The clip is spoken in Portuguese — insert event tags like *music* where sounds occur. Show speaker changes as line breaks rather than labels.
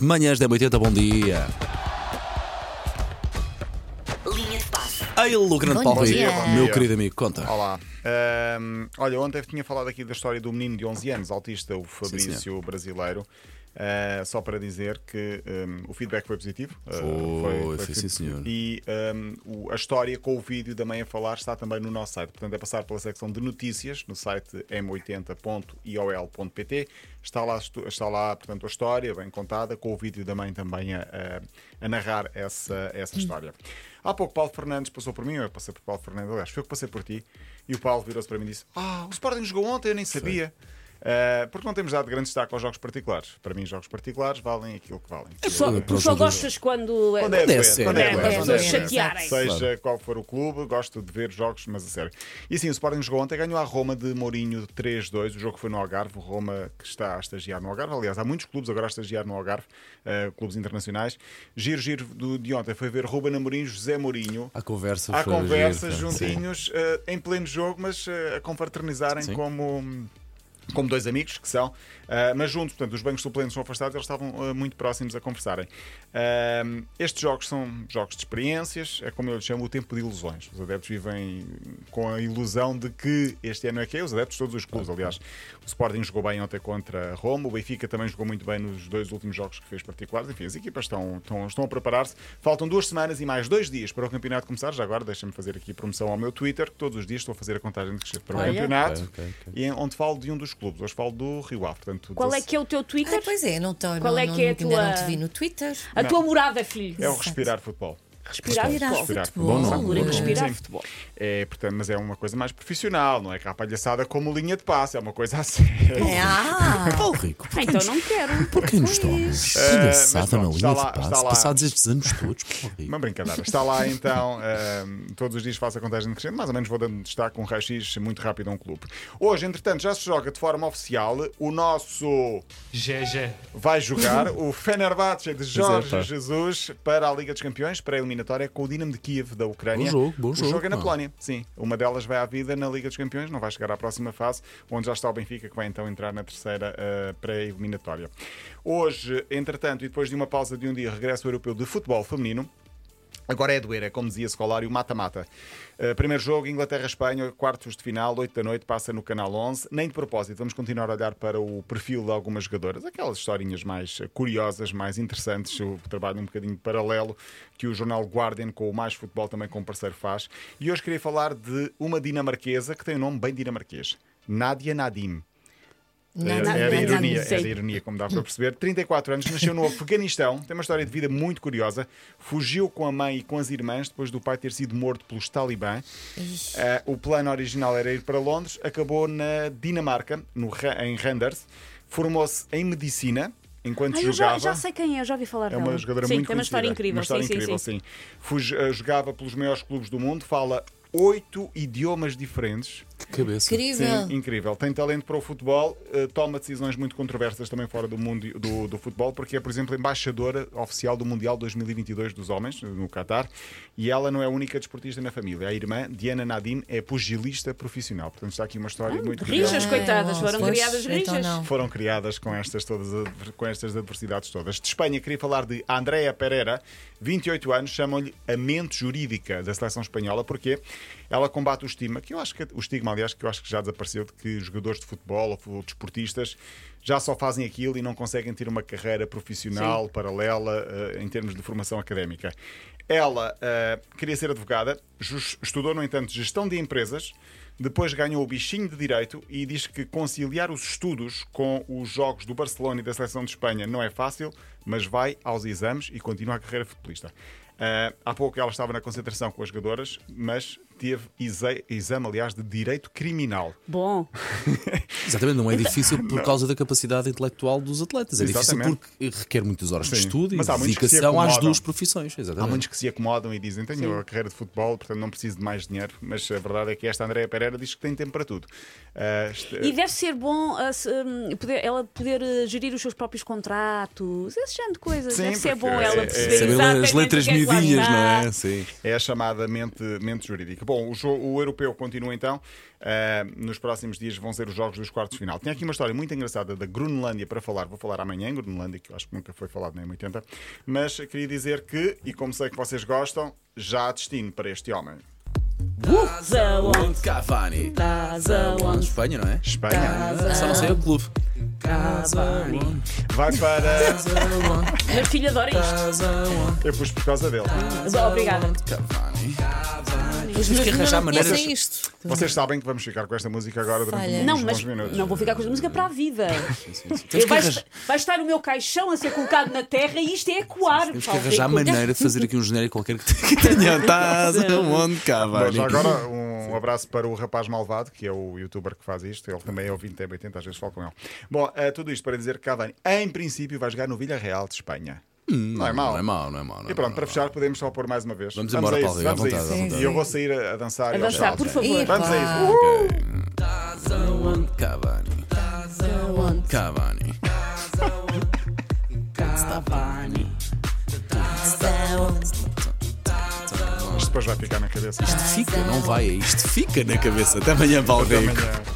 Manhãs da 80 bom dia.
Linha de passe.
Eilo, grande
Bom
Paulo
dia.
Rico,
Bom
meu
dia.
querido amigo, conta.
Olá. Ahm, olha, ontem tinha falado aqui da história do menino de 11 anos, autista, o Fabrício brasileiro. Ah, só para dizer que ahm, o feedback foi positivo. Ah,
Foi, foi, sim,
positivo.
senhor.
E ahm, o- a história com o vídeo da mãe a falar está também no nosso site. Portanto, é passar pela secção de notícias no site m80.iol.pt. Está lá, estu- está lá, portanto, a história bem contada, com o vídeo da mãe também a, a- a narrar essa, essa história. Há pouco Paulo Fernandes passou por mim, eu passei por Paulo Fernandes, aliás, foi eu que passei por ti, e o Paulo virou-se para mim e disse: Ah, o Sporting jogou ontem, eu nem sabia. Ah, porque não temos dado grande destaque aos jogos particulares. Para mim, jogos particulares valem aquilo que valem.
É Só,
Para
tu
os
só
jogadores.
gostas quando.
Quando é
Quando é
doer,
sério,
quando
quando
é doer,
as
é
quando é
pessoas
doer.
doer.
chatearem.
Seja qual for o clube, gosto de ver jogos, mas a sério. E sim, o Sporting jogou ontem, ganhou a Roma de Mourinho 3-2. O jogo foi no Algarve, o Roma que está a estagiar no Algarve. Aliás, há muitos clubes agora a estagiar no Algarve, eh, clubes internacionais. Giro, giro do, de ontem foi ver Ruben Amorim, José Mourinho.
Há conversa,
Há
Ah, foi
conversas
giro, cara.
juntinhos eh, em pleno jogo, mas eh, a confraternizarem
Sim.
como como dois amigos que são, ah, mas juntos, portanto, os bancos suplentes são afastados, eles estavam ah, muito próximos a conversarem. Ah, estes jogos são jogos de experiências, é como eu lhe chamo o tempo de ilusões. Os adeptos vivem com a ilusão de que este ano é que é, os adeptos de todos os clubes, aliás. O Sporting jogou bem ontem contra Roma, o Benfica também jogou muito bem nos dois últimos jogos que fez particulares, enfim, as equipas estão, estão, estão a preparar-se. Faltam duas semanas e mais dois dias para o campeonato começar, já agora deixa-me fazer aqui promoção ao meu Twitter, que todos os dias estou a fazer a contagem de crescer para o
Olha.
campeonato.
Ok, ok, ok.
E é onde falo de um dos clubes, hoje falo do Rio Ave. Portanto,
Qual é
12
que é o teu Twitter?
Ah, pois é, não, tô,
Qual
não,
é
não,
que é a
ainda
tua-
não te vi no Twitter.
A tua morada, filho.
é o Respirar Futebol.
Respirar,
Respirar
futebol.
Respirar.
futebol.
Bom
Só por
nome.
respirar
Sim.
futebol.
É, portanto, mas é uma coisa mais profissional, não é cá palhaçada como linha de passe, é uma *laughs* coisa assim. É.
É, ah,
Paulo Rico,
Ah, então não quero.
por que nos tomas?
Ah, mas
Palhaçada
pronto,
na
está
linha de
lá,
passe,
está lá.
passados estes anos todos, Paulo Rico. *laughs*
Uma brincadeira. Está lá então, ehm, todos os dias faço a contagem crescente, mais ou menos vou dando destaque um raio-x muito rápido a um clube. Hoje, entretanto, já se joga de forma oficial o nosso
GG.
vai jogar o Fenerbahçe de
Pois é,
Jorge
pá.
Jesus para a Liga dos Campeões, para a eliminatória com o Dinamo de Kiev da Ucrânia.
Bom jogo, bom
o
jogo,
jogo é na
pá.
Polónia, sim. Uma delas vai à vida na Liga dos Campeões, não vai chegar à próxima fase, onde já está o Benfica, que vai então entrar na terceira eh, pré-eliminatória. Hoje, entretanto, e depois de uma pausa de um dia, regressa o Europeu de Futebol Feminino. Agora é doer, é como dizia Scolari, o mata-mata. Uh, primeiro jogo, Inglaterra-Espanha, quartos de final, 8 da noite, passa no Canal 11. Nem de propósito, vamos continuar a olhar para o perfil de algumas jogadoras, aquelas historinhas mais uh, curiosas, mais interessantes, o trabalho um bocadinho paralelo que o jornal Guardian, com o Mais Futebol, também como parceiro faz. E hoje queria falar de uma dinamarquesa que tem um nome bem dinamarquês, Nadia Nadim.
não,
Era,
não,
era
não, não,
ironia,
sei.
era ironia, como dá para perceber. 34 anos, nasceu no Afeganistão, tem uma história de vida muito curiosa. Fugiu com a mãe e com as irmãs depois do pai ter sido morto pelos talibã. Eh, o plano original era ir para Londres, acabou na Dinamarca, no, Ra- em Randers. Formou-se em medicina enquanto
Ah, eu
jogava.
já, já sei quem é, já ouvi falar
É
dela.
uma jogadora
sim,
muito
tem uma história
conhecida.
incrível.
Uma história
sim,
incrível,
sim, sim.
sim. Fuj- eh, jogava pelos maiores clubes do mundo, fala oito idiomas diferentes.
Cabeça.
incrível.
Sim, incrível. Tem talento para o futebol, eh, toma decisões muito controversas também fora do mundo do, do futebol, porque é, por exemplo, embaixadora oficial do Mundial 2022 dos Homens, no Qatar, e ela não é a única desportista na família. A irmã, Diana Nadim, é pugilista profissional. Portanto, está aqui uma história muito curiosa.
Rijas, coitadas,
Ah,
foram
pois,
criadas
então
rijas.
não.
Foram criadas com estas, todas, adver- com estas adversidades todas. De Espanha, queria falar de Andrea Pereira, 28 anos, chamam-lhe a mente jurídica da seleção espanhola, porque ela combate o estigma, que eu acho que o estigma, aliás, que eu acho que já desapareceu, de que jogadores de futebol ou fu- desportistas já só fazem aquilo e não conseguem ter uma carreira profissional paralela eh, em termos de formação académica. Ela eh, queria ser advogada, jus- estudou, no entanto, gestão de empresas, depois ganhou o bichinho de direito e diz que conciliar os estudos com os jogos do Barcelona e da seleção de Espanha não é fácil, mas vai aos exames e continua a carreira futebolista. Ah, há pouco ela estava na concentração com as jogadoras, mas teve exe- exame, aliás, de direito criminal.
Bom,
Exatamente, não é difícil por causa da capacidade intelectual dos atletas. É difícil
Exatamente.
porque requer muitas horas de
Sim.
estudo e
Mas há muitos que se
dedicação às
acomodam.
duas profissões. Exatamente.
Há muitos que se acomodam e dizem: Tenho a carreira de futebol, portanto não preciso de mais dinheiro. Mas a verdade é que esta Andréa Pereira diz que tem tempo para tudo. Ah, este-
e deve ser bom ah, se, hum, poder- ela poder eh, gerir os seus próprios contratos, esse género de coisas.
Sim,
deve ser
porque
bom ela
é-
perceber
é-
Saber ler
exatamente
as letras
o que é que lá
miudinhas,
está.
não é? Sim.
É a chamada mente, mente jurídica. Bom, o, jogo, o europeu continua então. Ah, nos próximos dias vão ser os jogos dos quartos de final. Tinha aqui uma história muito engraçada da Grunlândia para falar. Vou falar amanhã em Grunlândia, que eu acho que nunca foi falado nem em 80. Mas queria dizer que, e como sei que vocês gostam, já há destino para este homem.
Casa onde?
Cavani.
Casa
Na
onde?
Espanha, não é?
Espanha.
Só não sei o clube.
Vai para.
Minha filha adora isto.
Eu pus por causa dele.
Obrigada.
Cavani.
Os meus
que arranjar
filhos não
maneiras-
conhecem isto.
Vocês sabem que vamos ficar com esta música agora durante
Falha.
uns
Não,
bons
mas
minutos.
não vou ficar com esta música para a vida.
*laughs* Temos
Eu
que
vai,
arranjar-
vai estar o meu caixão a ser colocado na terra e isto é ecoar.
Temos que
Paulo
arranjar
Rico.
maneira de fazer aqui um genérico qualquer que tenha. Estás onde,
Mas
Cavani?
já agora um abraço para o rapaz malvado, que é o youtuber que faz isto. Ele também é ouvinte da 80 às vezes falo com ele. Bom, eh, tudo isto para dizer que Cavani, em princípio, vai jogar no Villarreal de Espanha. não é mau.
Não é mau, não é mau. não é
E pronto,
mau,
para
não é
fechar, podemos só pôr mais uma vez.
Vamos embora,
a isso,
Paulo,
vamos
à vontade,
a isso.
à vontade.
E eu vou sair a, a dançar. e ao
Avançar,
chão.
por favor.
Ih,
Vamos a
pá.
isso. Uh!
mau. Cavani. Cavani.
Isto depois vai ficar na cabeça.
Fica, não vai, isto fica na cabeça. Até amanhã, Paulo
Até
Rico.
amanhã.